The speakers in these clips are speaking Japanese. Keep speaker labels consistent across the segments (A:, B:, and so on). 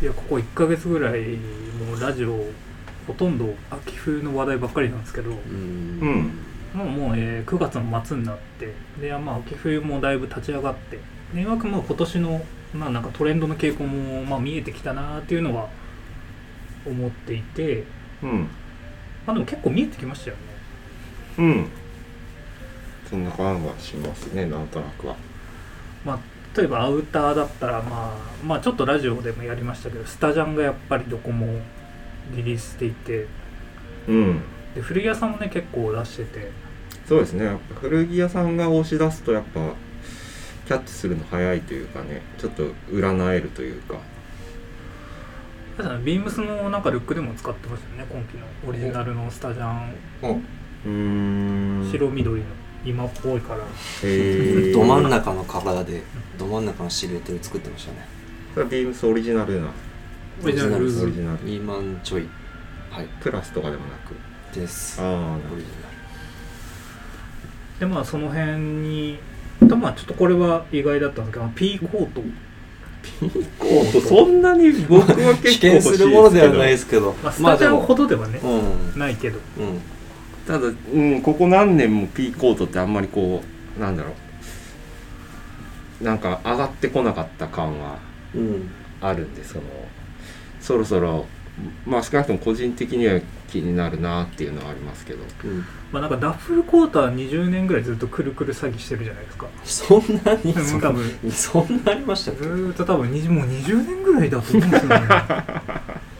A: いやここ1ヶ月ぐらいもうラジオほとんど秋冬の話題ばっかりなんですけど、
B: うん
C: うん
A: まあ、もう、えー9月の末になってで、まあ、秋冬もだいぶ立ち上がって迷惑も今年の、まあ、なんかトレンドの傾向も、まあ、見えてきたなっていうのは思っていて、
C: うん
A: まあ、でも結構見えてきましたよね
C: うんそんな感がしますねなんとなくは
A: 例えばアウターだったら、まあ、まあちょっとラジオでもやりましたけどスタジャンがやっぱりどこもリリースしていて
C: うん
A: で古着屋さんもね結構出してて
C: そうですねやっぱ古着屋さんが押し出すとやっぱキャッチするの早いというかねちょっと占えるというか
A: ただねビームスのなんかルックでも使ってましたよね今季のオリジナルのスタジャン
C: うーん
A: 白緑の今っぽいから
C: へ え
B: ど真ん中の体でど真ん中のシルエットで作ってましたね
C: それはビームスオリジナルな
A: オリジナル
C: オリジナル
B: 2万ちょいはい
C: プラスとかでもなく
B: です
C: ああなる
B: オ
C: ほど
B: リジ
A: でまあその辺にとまあちょっとこれは意外だったんですけどまあ P コート
C: コートそんなに僕は
B: ナル危険
C: 結構欲しいです
B: す
C: け
B: る
C: ど
B: ものではないですけど
A: まあスタジャンほどではね
B: まあでも
A: ないけど
B: うんうん
C: ただ、うん、ここ何年も P コートってあんまりこうなんだろうなんか上がってこなかった感は
B: うん
C: あるんでそのそろそろまあ少なくとも個人的には気になるなっていうのはありますけど
B: うん
A: まあなんかダッフルコートは20年ぐらいずっとくるくる詐欺してるじゃないですか
B: そんなに
A: でも多分
B: そんなありました
A: ず
B: っけ
A: ーっと多分にもう20年ぐらいだと思うんですよね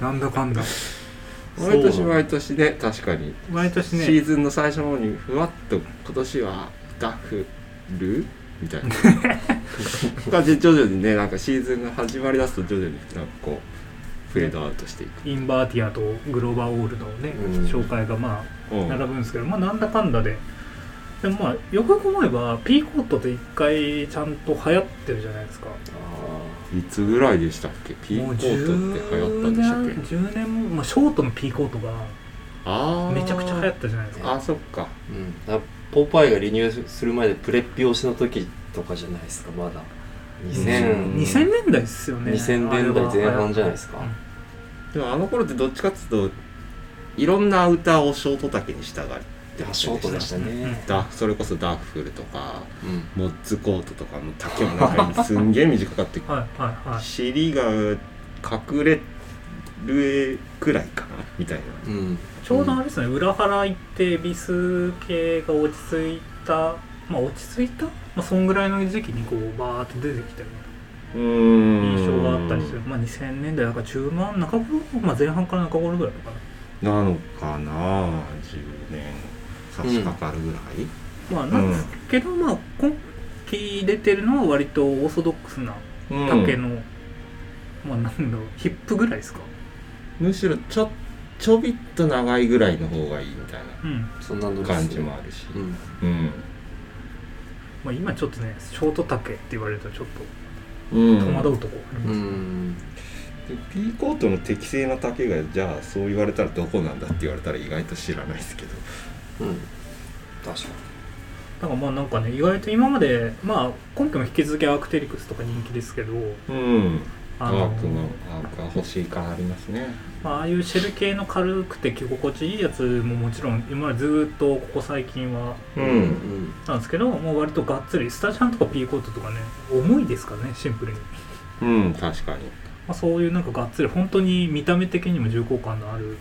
A: なんだかんだ
B: そう
C: 毎年毎年ね確かに、
A: 毎年
C: シ
A: ね
C: ーズンの最初の方にふわっと今年はダフル みたいな感じで徐々にねなんかシーズンが始まりだすと徐々になんかこうフレードアウトしていく、
A: インバーティアとグローバーオールのね、
B: うん
A: 紹介がまあ
C: うん
A: 並ぶんですけど、まあ、なんだかんだででもまあよくよく思えば P コートって一回ちゃんと流行ってるじゃないですかも
B: あ
C: いつぐらいでしたっけ
A: う
C: P コートって流行ったんでしたっ
A: 10
C: け
A: 年10年、まあ、ショートの P コートが
C: ああ
A: めちゃくちゃ流行ったじゃないです
C: たあ
A: か
C: そっか
B: ーうんだからポパイがリニューアルする前でプレッピ推しの時とかじゃないですかまだ2000
A: 2000年代ですよね
B: 2000年代前半じゃないですか
A: あれは
C: でもあの頃ってどっちかっていうといろんなアウターをショート丈にしたがってません
B: ショートでしたね
C: だそれこそダークフルとか
B: うん
C: モッズコートとかの丈もなんかすんげえ短かって
A: 流行はいはいはい
C: 尻が隠れるくらいかなみたいな
B: うん
A: ちょうどあれですね、裏腹行って恵比寿系が落ち着いたまあ落ち着いた、まあ、そんぐらいの時期にこうバーって出てきたような
C: うーん
A: 印象があったりする、まあ、2000年代だから中盤中頃、まあ、前半から中頃ぐらいか
C: なのかな10年差し掛かるぐらい、
A: なまあなんですけど、まあ今期出てるのは割とオーソドックスな
C: うん
A: 丈の、まあなんだろうヒップぐらいですか
C: むしろちょちょびっと長いぐらいの方がいいみたい
A: うん、
B: そんなの
C: な感じもあるし、
B: うん
C: うん
A: まあ、今ちょっとねショート丈って言われるとちょっ
C: うん
A: と戸惑うとこあり
B: う
A: ます、
B: ん
C: で P コートの適正な丈がじゃあそう言われたらどこなんだって言われたら意外と知らないですけど
B: うん確か
A: だからまあなんかね意外と今までまあ今期も引き続きアークテリクスとか人気ですけど
C: うん
A: あ
C: ア
A: の
C: ークのアークは欲しい感ありますね
A: まあああいうシェル系の軽くて着心地いいやつももちろん今までずーっとここ最近は
C: う
B: に
C: ん
A: なんですけどもう割とがっつりスタジャンとかピーコートとかね重いですからねシンプルに、ま
C: うん確かに
A: あ、そういうなんかがっつり本当に見た目的にも重厚感のある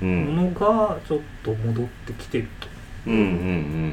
C: うんうん
A: ものがちょっと戻ってきてると、
C: うんうんうん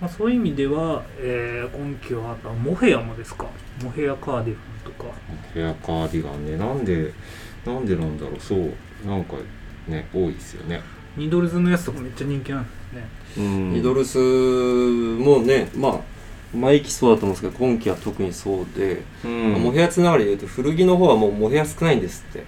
A: まあ、そういう意味では、えー今季はあとはモヘアもですかモヘアカーディガンとか
C: うんヘアカーディガンねなんでなんでなんだろうそうなんかね多いですよね
A: ニドルズのやつとかめっちゃ人気なんですね
C: うん
B: ミドルスもねまあ毎期そうだと思うんですけど今期は特にそうで、
C: うん
B: モヘアつながりで言うと古着の方はもうモヘア少ないんですって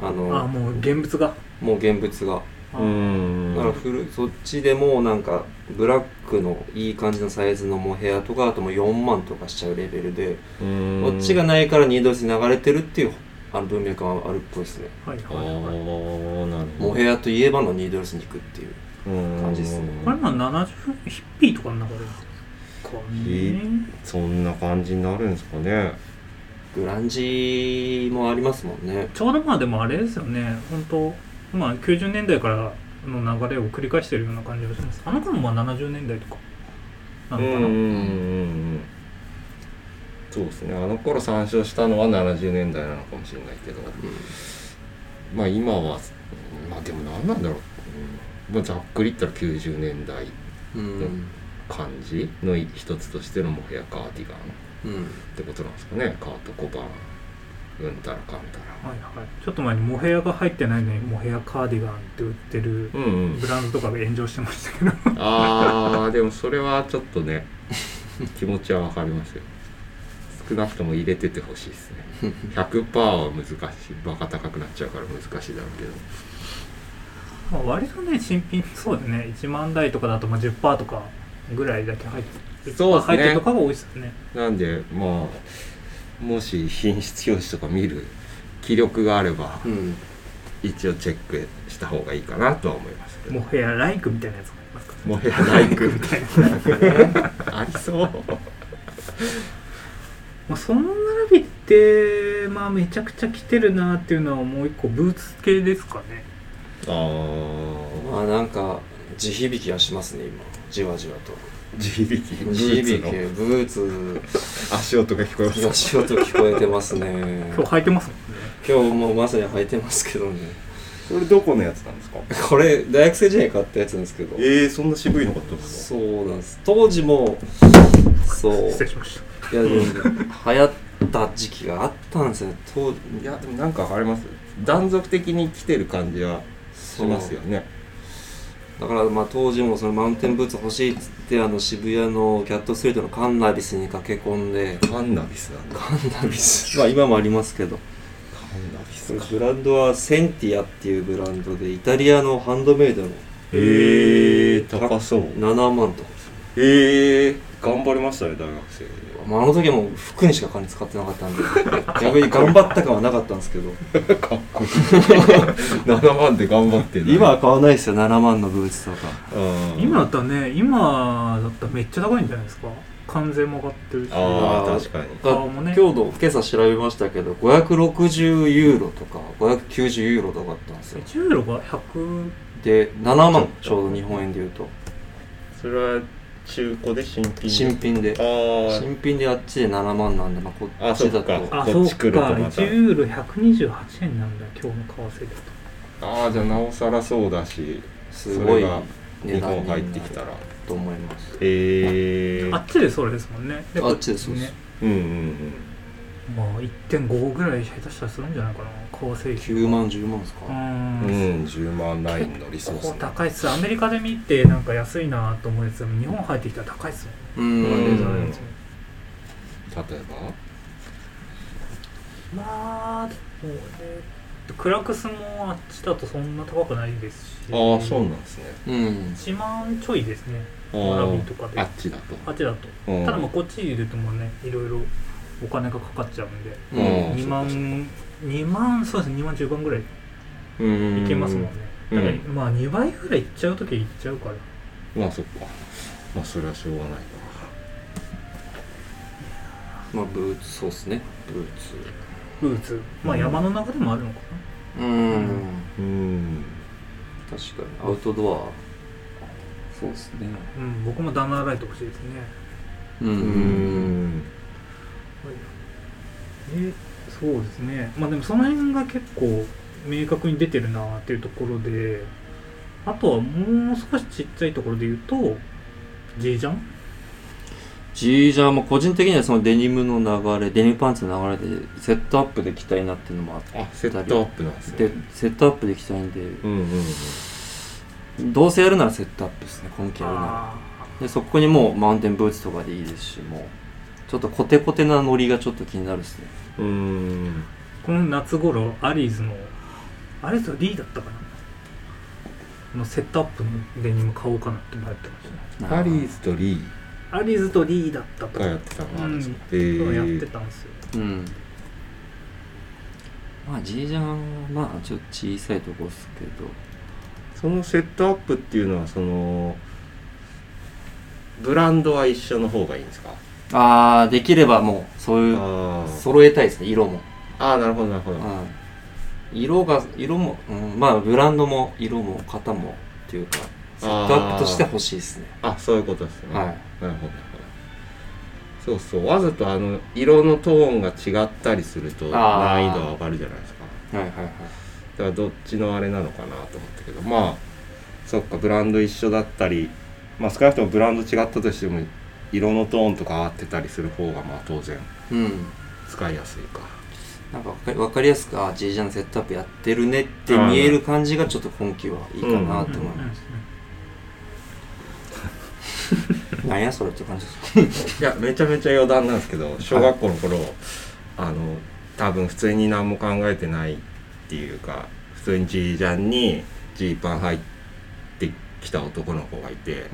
B: あの
A: ああもう現物が
B: もう現物が
A: あ
C: うん
B: だから古そっちでもうなんかブラックのいい感じのサイズのモヘアとかあともう4万とかしちゃうレベルで、
C: うん
B: こっちがないからニードルスに流れてるっていうあの文脈があるっぽいですね
A: はい
C: ああ
A: はいはい
C: なるほ
B: モ
C: ど
B: ヘアといえばのニードルスに行くっていう感じっすね
C: うん
A: これまあ70ヒッピーとかの中でかね
C: そんな感じになるんですかね。
B: グランジもありますもんね
A: ちょうどまあでもあれですよね本当まあ90年代からの流れを繰り返してるような感じがしますあの子もまあ70年代とかな
C: うん
A: の
C: う
A: か
C: ん
A: な、
C: うんうんそうですねあの頃参照したのは70年代なのかもしれないけどまあ今はまあでも何なんだろう、うんまあ、ざっくり言ったら90年代
B: うんうん
C: 感じの一つとしてのモヘアカーディガンっ
B: うん
C: てことなんですかねカート・コバンうんたらかんたら
A: はいはい、ちょっと前にモヘアが入ってないのにモヘアカーディガンって売ってる
C: うんうん
A: ブランドとかが炎上してましたけど
C: あーでもそれはちょっと ね気持ちはわかりますよ少なくとも入れててほしいですね100%は難しいバカ高くなっちゃうから難しいだろうけど
A: まあ割とね新品そうだよね1万台とかだとまあ10%とかぐらいだけ入って
C: そうです
A: 入
C: ね
A: ってるとかが多いですよね
C: なんでまあもし品質表示とか見る気力があれば
B: うん
C: 一応チェックした方がいいかなとは思いますけど
A: モヘアライクみたいなやつがありますか
C: モヘアライクみたいなありそう
A: まあ、その並びって、まあ、めちゃくちゃ来てるなっていうのはもう一個ブーツ系ですかね
C: あー
B: まあなんか地響きはしますね今じわじわと
C: 地響きブ
B: 地響
C: ー
B: き
C: ツ
B: ブーツ
C: の足音が聞こえます
B: 東音聞こえてますね
A: 今日履いてますもんね
B: 今日もうまさに履いてますけどね
C: それどこのやつなんですか
B: これ大学生時代に買ったやつなんですけど
C: えー、そんな渋いのかったんですか
B: そうなんです当時もそう
A: 失礼しました
B: いやでも流行った時期があったんですよ当
C: いやでもなんかあります断続的に来てる感じはしますよね
B: だからまあ当時もそのマウンテンブーツ欲しいっつってあの渋谷のキャットストリートのカンナビスに駆け込んで
C: カンナビスなんだカ
B: カンナビスまあ今もありますけど
C: ンナビスか
B: ブランドはセンティアっていうブランドでイタリアのハンドメイドの
C: えー、高そう
B: 7万とか
C: えー、頑張りましたね大学生で
B: まあ、あの時はもう服にしか金使ってなかった んで逆に頑張った感はなかったんですけど
C: かっこいい 7万で頑張って
B: 今は買わないですよ7万のブーツとか
C: うん
A: 今だったらね今だったらめっちゃ高いんじゃないですか完全も上がってるし
C: ああ
B: あー
C: 確かに
A: 顔もね
B: 今日の今朝調べましたけど560ユーロとか590ユーロとかあったんですよ
A: 1ユーロが100
B: で7万ちょうど日本円で言うと
C: それは中古で新品
B: 新品で
C: あ
B: 新品であっちで7万なんで、まあ、こっちだと
C: あそっか
A: あ
C: こ
A: そ
C: っ
A: う
C: ち来るとま
A: か
C: た
A: 1ユーロ128円なんだ今日の為替だと
C: あああじゃあなおさらそうだし
B: すごい
C: そ
B: 値
C: 日
B: 段
C: 本
B: にな
C: 入
B: る
C: ってきたら
B: と思います
C: ええ
A: あっちでそれですもんね
B: あっちでそうです
A: ね
C: うんうんうん
A: まあ1.5ぐらい下手したらするんじゃないかな為替比
B: 9万10万ですか、
A: う
C: うんん、10万ラインのリソ
A: こ
C: ース
A: こ高いっすアメリカで見てなんか安いなと思うやつでも日本入ってきたら高いっすもん
B: うん
C: うん
A: ね
C: 例え
A: ま
C: ば
A: あそうねクラクスもあっちだとそんな高くないですし
C: ああそうなんですね
B: うん
A: 1万ちょいですね
C: あ
A: ワラビーとかで
C: あっ
A: あ
C: ちだと
A: っちだと
C: た
A: ただまあこっちいるともうねいろいろお金がかかっちゃうんで
B: うん
C: うん
A: 2万2万そうですね2万10万ぐらい
C: うん
A: いけますもんね
C: うん
A: だから
C: うん
A: まあ2倍ぐらいいっちゃうときはいっちゃうから
C: まあそっかまあそれはしょうがない
B: まあブーツそうっすねブーツ
A: ブーツまあ
C: うん
A: 山の中でもあるのかな
B: うん、
C: なうん
B: 確かにアウトドアそうですね
A: うん僕もダナーライト欲しいですね
B: うん、
C: う
B: うん、
C: ん
A: えそうですねまあでもその辺が結構明確に出てるなっていうところであとはもう少しちっちゃいところで言うと J ジャン
B: ジージャーも個人的にはそのデニムの流れデニムパンツの流れでセットアップで着たいなっていうのもあっ
C: あセットアップなんです
B: て
C: ね
B: セットアップで着たいんで
C: うんうんうん
B: どうせやるならセットアップですね今季やるなら
A: あ
B: でそこにもうマウンテンブーツとかでいいですしもうちょっとコテコテなノリがちょっと気になるですね
C: うーん
A: ーこの夏頃アリーズのアリーズは D だったかなのセットアップのデニム買おうかなって迷ってましたね
C: ハリーズとリ
A: アリーズと D だった
C: ー
A: と
C: が
A: かや
C: や
A: っ
C: ってたの
A: う
C: が
A: ん
C: ですか
A: て
C: え
A: たんですよ
B: うんまあ G ジャンはまあちょっと小さいとこっすけど
C: そのセットアップっていうのはそのブランドは一緒の方がいいんですか
B: ああできればもうそういう
C: あー
B: 揃えたいですね色も、
C: あーなるほどなるほど
B: うん、色が色も、うん、まあブランドも色も型もっていうかセットアップとして欲しいですね
C: あそういうことですね、
B: はい
C: なるほどなるほどそうそうわざとあの色のトーンが違ったりすると
B: あー
C: 難易度上がるじゃないですか
B: はいはいはい
C: だからどっちのあれなのかなと思ったけどまあそっかブランド一緒だったりまあ少なくともブランド違ったとしても色のトーンとか合ってたりする方がまあ当然
B: うん
C: 使いやすいか
B: なんかわかりわかりやすくあ J ジャンのセットアップやってるねって見える感じがちょっと今季はいいかなと思います、なんやそれって感じですか
C: いやめちゃめちゃ余談なんですけど小学校の頃、あの多分普通に何も考えてないっていうか普通にジージャンにジーパン入ってきた男の子がいて
B: うん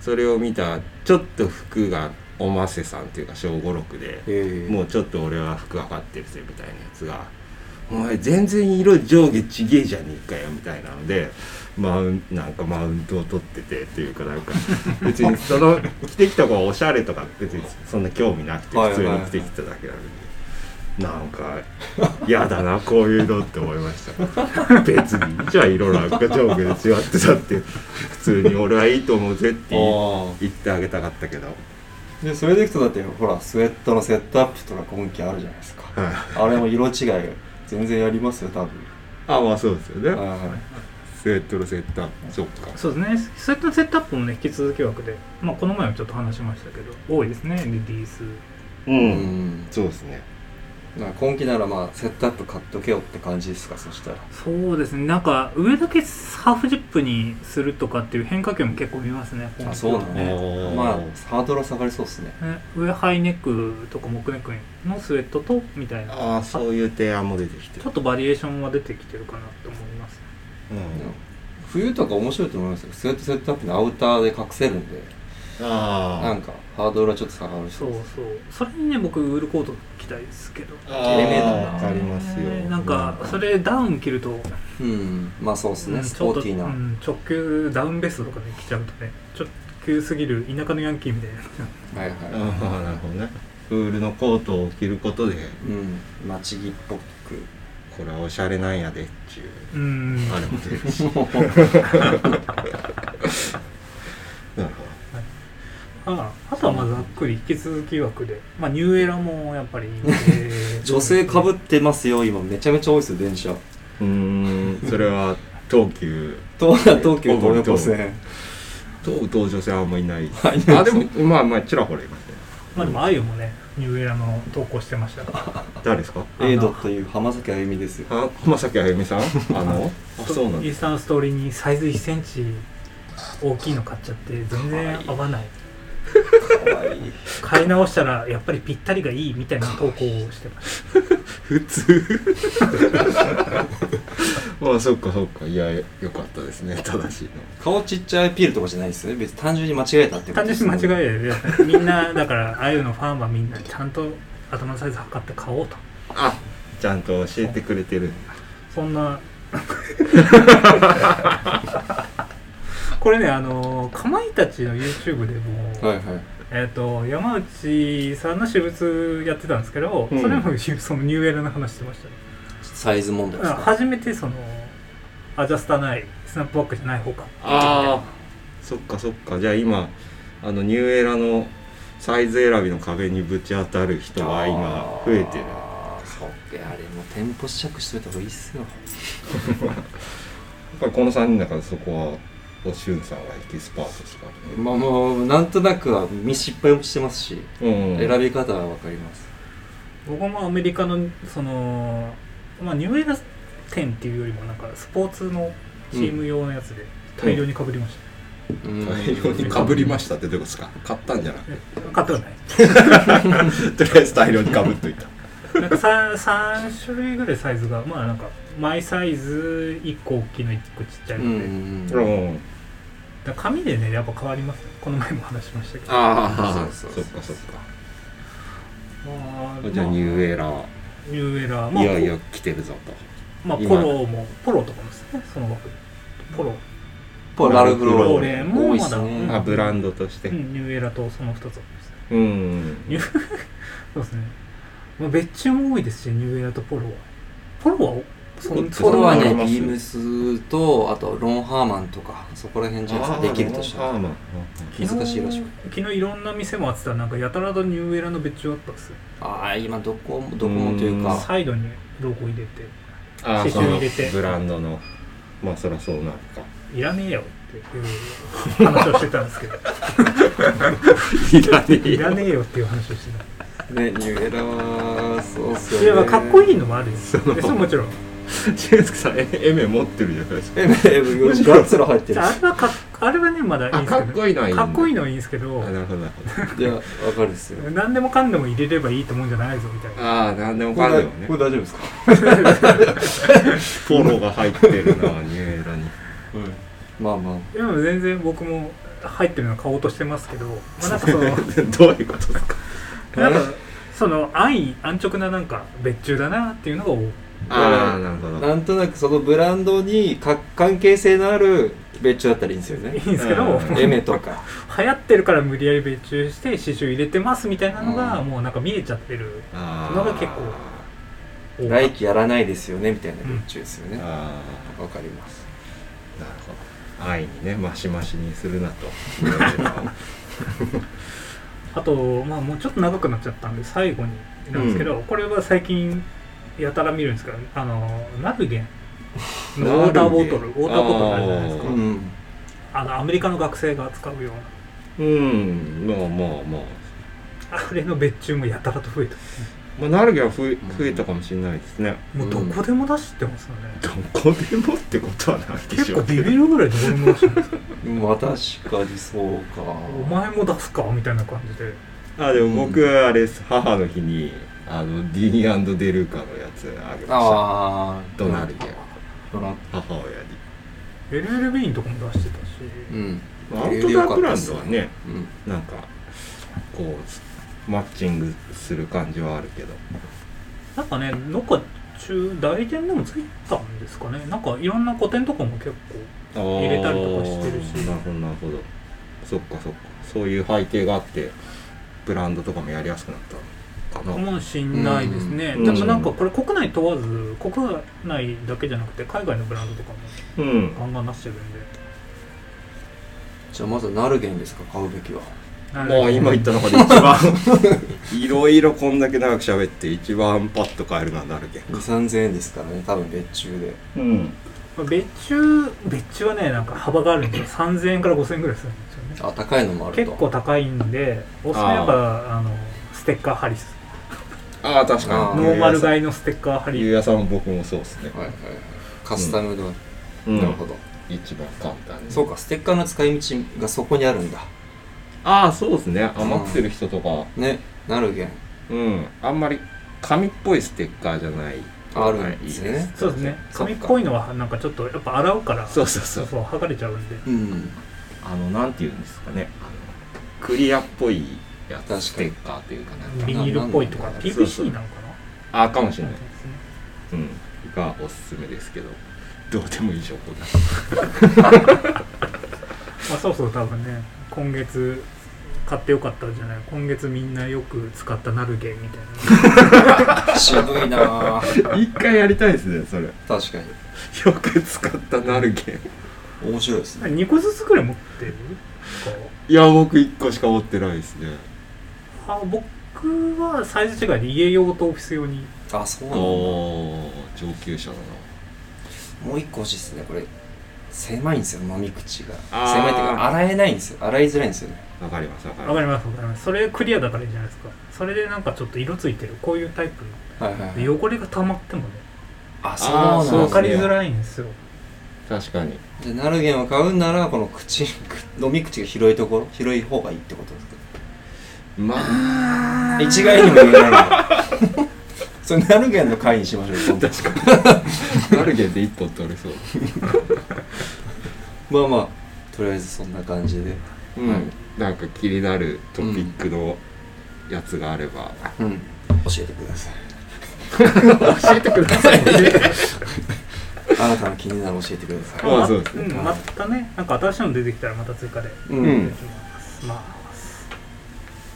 C: それを見たちょっと服がおませさんっていうか小56で
B: ええ
C: もうちょっと俺は服分かってるぜみたいなやつが「お前全然色上下ちげえじゃねえかよ」みたいなのでマウンなんかマウントを取っててっていうか なんか別にその着てきた子はおしゃれとか別にそんな興味なくて
B: はい
C: 普
B: はいは
C: 通
B: い
C: に着てきただけなのに。なんか嫌だなこういうのって思いました別にじゃあ色なんか上下で違ってたって普通に俺はいいと思うぜって
B: あ
C: 言ってあげたかったけど、
B: あでそれでいくとだってほらスウェットのセットアップとか今季あるじゃないですか
C: はい、
B: あれも色違い全然やりますよ多分
C: あまあそうですよね、
B: は
C: スウェットのセットアップそうか
A: そうですねそういったセットアップもね引き続き枠で、まあ、この前もちょっと話しましたけど多いですねリリース
C: う、
B: いうんん
C: そうですね
B: まあ今季ならまあセットアップ買っとけよって感じですかそしたら
A: そうですねなんか上だけハーフジップにするとかっていう変化球も結構見ますね
B: あそうなの
A: ね
C: おー
B: まあハードルは下がりそうですね
A: ね上ハイネックとかモックネックのスウェットとみたいな
C: ああそういう提案も出てきて
A: ちょっとバリエーションは出てきてるかなと思います
C: うん、
B: 冬とか面白いと思いますよスウェットセットアップのアウターで隠せるんでな
C: あ
B: んかハードルはちょっと下がるし
A: そうそうそれにね僕ウールコート着たいですけど
C: あー
B: 切れ目だな
C: わかりますよ
A: なんかそれダウン着ると
B: うんまあそうですね、
A: うん
B: ス
A: ちょ
B: ポ
A: っと
B: ーティーな、
A: うん直球ダウンベストとかね着ちゃうとねちょっと急すぎる田舎のヤンキーみたいな
B: はい
C: あ
B: は
C: ああなるほどねウールのコートを着ることで
B: いうんまあちぎっぽく
C: これはおしゃれなんやでっていう
A: うん
C: あれも出 るしなるほ
A: ああとはまあざっくり引き続き枠で、まあ、ニューエラもやっぱりいいんで
B: 女性かぶ
A: っ
B: ってますよ今めちゃめちゃ多いですよ電車
C: どうーんそれは東急
B: 東東急東横線
C: 東東女性はあんまいないあでもまあまあちらほらいますね
A: まあでもあゆもねニューエラの投稿してましたから
C: 誰ですか
A: あの
B: A ドという浜崎あゆみですよ
C: は浜崎あゆみ さんあのあそうなん
A: イ
C: で
A: ン
C: す
A: スタのストーリーにサイズ1センチ大きいの買っちゃって全然合わない
B: かわいい
A: 買い直したらやっぱりぴったりがいいみたいな投稿をしてまし
C: 普通まあそっかそっかいやよかったですね 正しい
B: 顔ちっちゃいアピールとかじゃないですよね別に単純に間違えたって
A: た単
B: ことで
A: 純
B: す
A: に間
B: え
A: 違いでみんなだからあゆのファンはみんなちゃんと頭のサイズ測って買おうと
C: のあちゃんと教えてくれてる
A: そんなこれねあのかまいたちの YouTube でも、
B: はいはい
A: えっと山内さんの私物やってたんですけど、
C: うん
A: それもそのニューエラの話してましたね
B: サイズ問題ですか
A: 初めてそのアジャスタないスナップバックじゃない方か
C: ああそっかそっかじゃあ今あのニューエラのサイズ選びの壁にぶち当たる人は今増えてる
B: あーそっかあれもう店舗試着しといた方がいいっすよ
C: やっぱりこの3人の中でそこはおしゅんさんはエキスパートですからね、
B: まあもうなんとなくは見失敗もしてますし
C: うん
B: 選び方は分かります
A: 僕もアメリカのその、まあ、ニューエラ店っていうよりもなんかスポーツのチーム用のやつで大量にかぶりまし
B: うん
C: 大量にかぶりましたってどういうことですか買ったんじゃなく
A: た、ね買ってはない
C: てとりあえず大量にかぶっといた
A: なんか 3, 3種類ぐらいサイズがまあなんかマイサイズ1個大きいの1個ちっちゃい
B: うん
A: ので、
B: うんうん
C: ん
A: だから紙でねやっぱ変わりますよこの前も話しましたけど
C: ああ
B: そ
C: そうっ
B: そうそう
C: かそっか
A: ま
C: じゃあニュー
A: エ
C: エラ
A: ラニューエラまあ
C: いよいよ来てるぞと
A: まあ、
C: 今
A: ポロもポロとかもですねその枠ポロ
B: ポラルフロー
A: ロー
B: レ
A: レ
B: ン
A: ンも
B: 多いっ
A: まだ
B: すね
A: うん
C: あブランドとして
A: うんニューエラとその2つあります
C: うん
A: そうですね、まあ、別注も多いですしニューエアとポロはポロはそん
C: ポ
B: これ
A: ロ
B: は
C: あ
B: ね
C: ります
B: ビームスとあとロン・ハーマンとかそこら辺じゃないですかできるとした
C: あー
B: ら
C: まあ
B: 難しいらしい
A: 昨日いろんな店もあってたらなんかやたらとニューエラの別注あったっすよ
B: ああ今どこもどこもという
C: あ
B: か
A: サイドにロゴ入れて
C: あー
A: 刺繍入れて
C: そのブランドのまあそりゃそうなるか
A: いらねえよって いう話をしてたんですけど
C: いらね
A: いらねえよっていう話をしてた
B: ねニューエラはそうっすよ
A: い
B: ね
A: やまあかっこいいのもあるよ
C: その
A: でそうもちろん
C: チェンスケさんえエメ持ってるじゃないですか
B: ええガッツラ入って
A: じ
B: る
A: ゃああれはかっあれはねまだいい
C: あ
A: んですけ
C: か
A: ど
C: っこいいのはいいん
A: か
C: だ
A: っこいいのはいいんですけど
C: あなるほどなるほど
B: いやわかるっすよ
A: 何でもかんでも入れればいいってもんじゃないぞみたいな
C: ああなんでもかんでもね
B: これ大丈夫ですか
C: フォローが入ってるなニューエラに
B: まあまあ
A: でも全然僕も入ってるの買おうとしてますけど、まあ、なんかその
C: どういうことですか
A: なんかその安易安直ななんか別注だなっていうのが多い
C: ああなるほど
B: なんとなくそのブランドにか関係性のある別注だったらいいんですよ
A: いい
B: ね
A: んですけど、
C: うん
A: 流
B: エメとか
A: 行ってるから無理やり別注して刺繍入れてますみたいなのが
B: うん
A: もうなんか見えちゃってる
C: あ
A: のが結構多い
B: 来季やらないですよねみたいな別注ですよねわ、
C: あ
B: かります
C: あなるほど愛にねマシマシにするな と
A: あと、まあ、もうちょっと長くなっちゃったんで最後になんですけど、これは最近やたら見るんですけどあのナルゲンのウォーターボトルウォーターボトルあるじゃないです
C: う
A: か
B: ん
A: あのアメリカの学生が使うような
C: うんまあまあまあ
A: あれの別注もやたらと増えてますね
C: まあ、なるぎは増え増えたかもしれないですね。
A: もうどこでも出してますよね、
C: どこでもってことはないで
A: 結
C: しょ
A: 構
C: う
A: ビ
C: けど。
A: ビるぐらいどこでも出してます
B: まあ確かにそうか
A: お前も出すかみたいな感じで
C: あ、でも僕、あれです、母の日に、あの、ディーンデルーカのやつあげま
B: ああ
C: ドナルド
B: ドナル
C: した。母親に。
A: LLB のとこも出してたし、
B: ドうん
C: まあアウトドアブランドはね、
B: うん
C: なんか、こう、マッチングする感じはあるけど。
A: なんかねなんか中代理店でもついたんですかねなんかいろんな個展とかも結構入
C: 入
A: れたりとかしてるし
C: なるほど、なるほど。そっかそっか。そういう背景があって、ブランドとかもやりやすくなったのかな。
A: かもしんないですね、
C: うん
A: でもなんかこれ国内問わず国内だけじゃなくて海外のブランドとかも
C: うん。
A: ガンガン出してるんで
B: じゃあまずナルゲンですか買うべきは
C: もう今言った中で一番いろいろこんだけ長く喋って一番パッと変えるのはなるけん
B: 2 3 0 0円ですからね多分別注で
C: うん
A: まあ別注別注はねなんか幅があるんですよ3000円から5000円ぐらいするんですよね
B: あ高いのもある
A: 結
B: と
A: 構高いんでおすすめやっぱあのステッカー貼りっす
C: ああ確
B: あ
C: かに
A: ノーマル
C: が
A: 買いのステッカー貼
C: ゆ
A: り
C: うやさんも僕もそうですね、
B: はいはいはいカスタムでは、
C: うん
B: なるほど、
C: 一番簡単に
B: そうかステッカーの使い道がそこにあるんだ
C: ああそうですね余ってる人とか
B: ねナルゲン
C: うん、あんまり紙っぽいステッカーじゃない
B: あるんですね
C: はい
A: そうですね
B: そっ
A: 紙
B: か
A: っぽいのはなんかちょっとやっぱ洗うから
C: そうそうそ
A: そう
C: う
A: そう剥がれちゃうんで
B: うん
C: あのなんていうんですかねあのクリアっぽいや
B: かに
C: つステッカーというかなんか
A: ビニールっぽいとか
B: なんだ
C: ろうそうそう
A: PVC なのかな
C: ああかもしれ
A: な
C: な
A: ん
C: い
A: かですね
C: うんがおすすめですけどどうでもいい情報だ
A: まあ、そうそう多分ね今月買ってよかったんじゃない今月みんなよく使ったナルゲンみたいな
B: 渋いなあ
C: 一回やりたいですねそれよ
B: 確か
C: く使ったなるけん
B: に面白いで すね
A: 2個ずつぐらい持ってるか
C: いや僕一個しか持ってないですね
A: あ僕はサイズ違いで家用とオフィス用に
B: あそうなん
C: お
B: だも
C: お上級者だな
B: う一個欲しいですねこれ狭いんですよ飲み口が
C: あー
B: 狭いっていうか洗えないんですよ洗いづらいんですよね
C: わかりますわかり
A: わ
C: ま
A: か
C: す
A: りますわかりますそれクリアだからいいじゃないですかそれでなんかちょっと色ついてるこういうタイプ
B: はいはい、
A: ので汚れが溜まってもね
B: あそうなん
C: あー
B: だ
C: そう
A: 分
C: です
A: か
C: ね
A: りづらいんですよ
C: 確かに
B: じゃあナルゲンを買うならこの口飲み口が広いところ広い方がいいってことですか
C: まあ
B: 一概にも言えないなそれナルゲンの会にしましょう今度
C: 確 かになるけんで一本取れそう
B: まあまあとりあえずそんな感じで
C: うん、
B: はい
C: なんか気になるトピックのやつがあれば、
B: うん教えてください
C: 教えてください
B: あなたの気になる教えてください
C: あそうです
A: んまたねなんか新しいの出てきたらまた追加で
B: う
C: うんん
A: まあ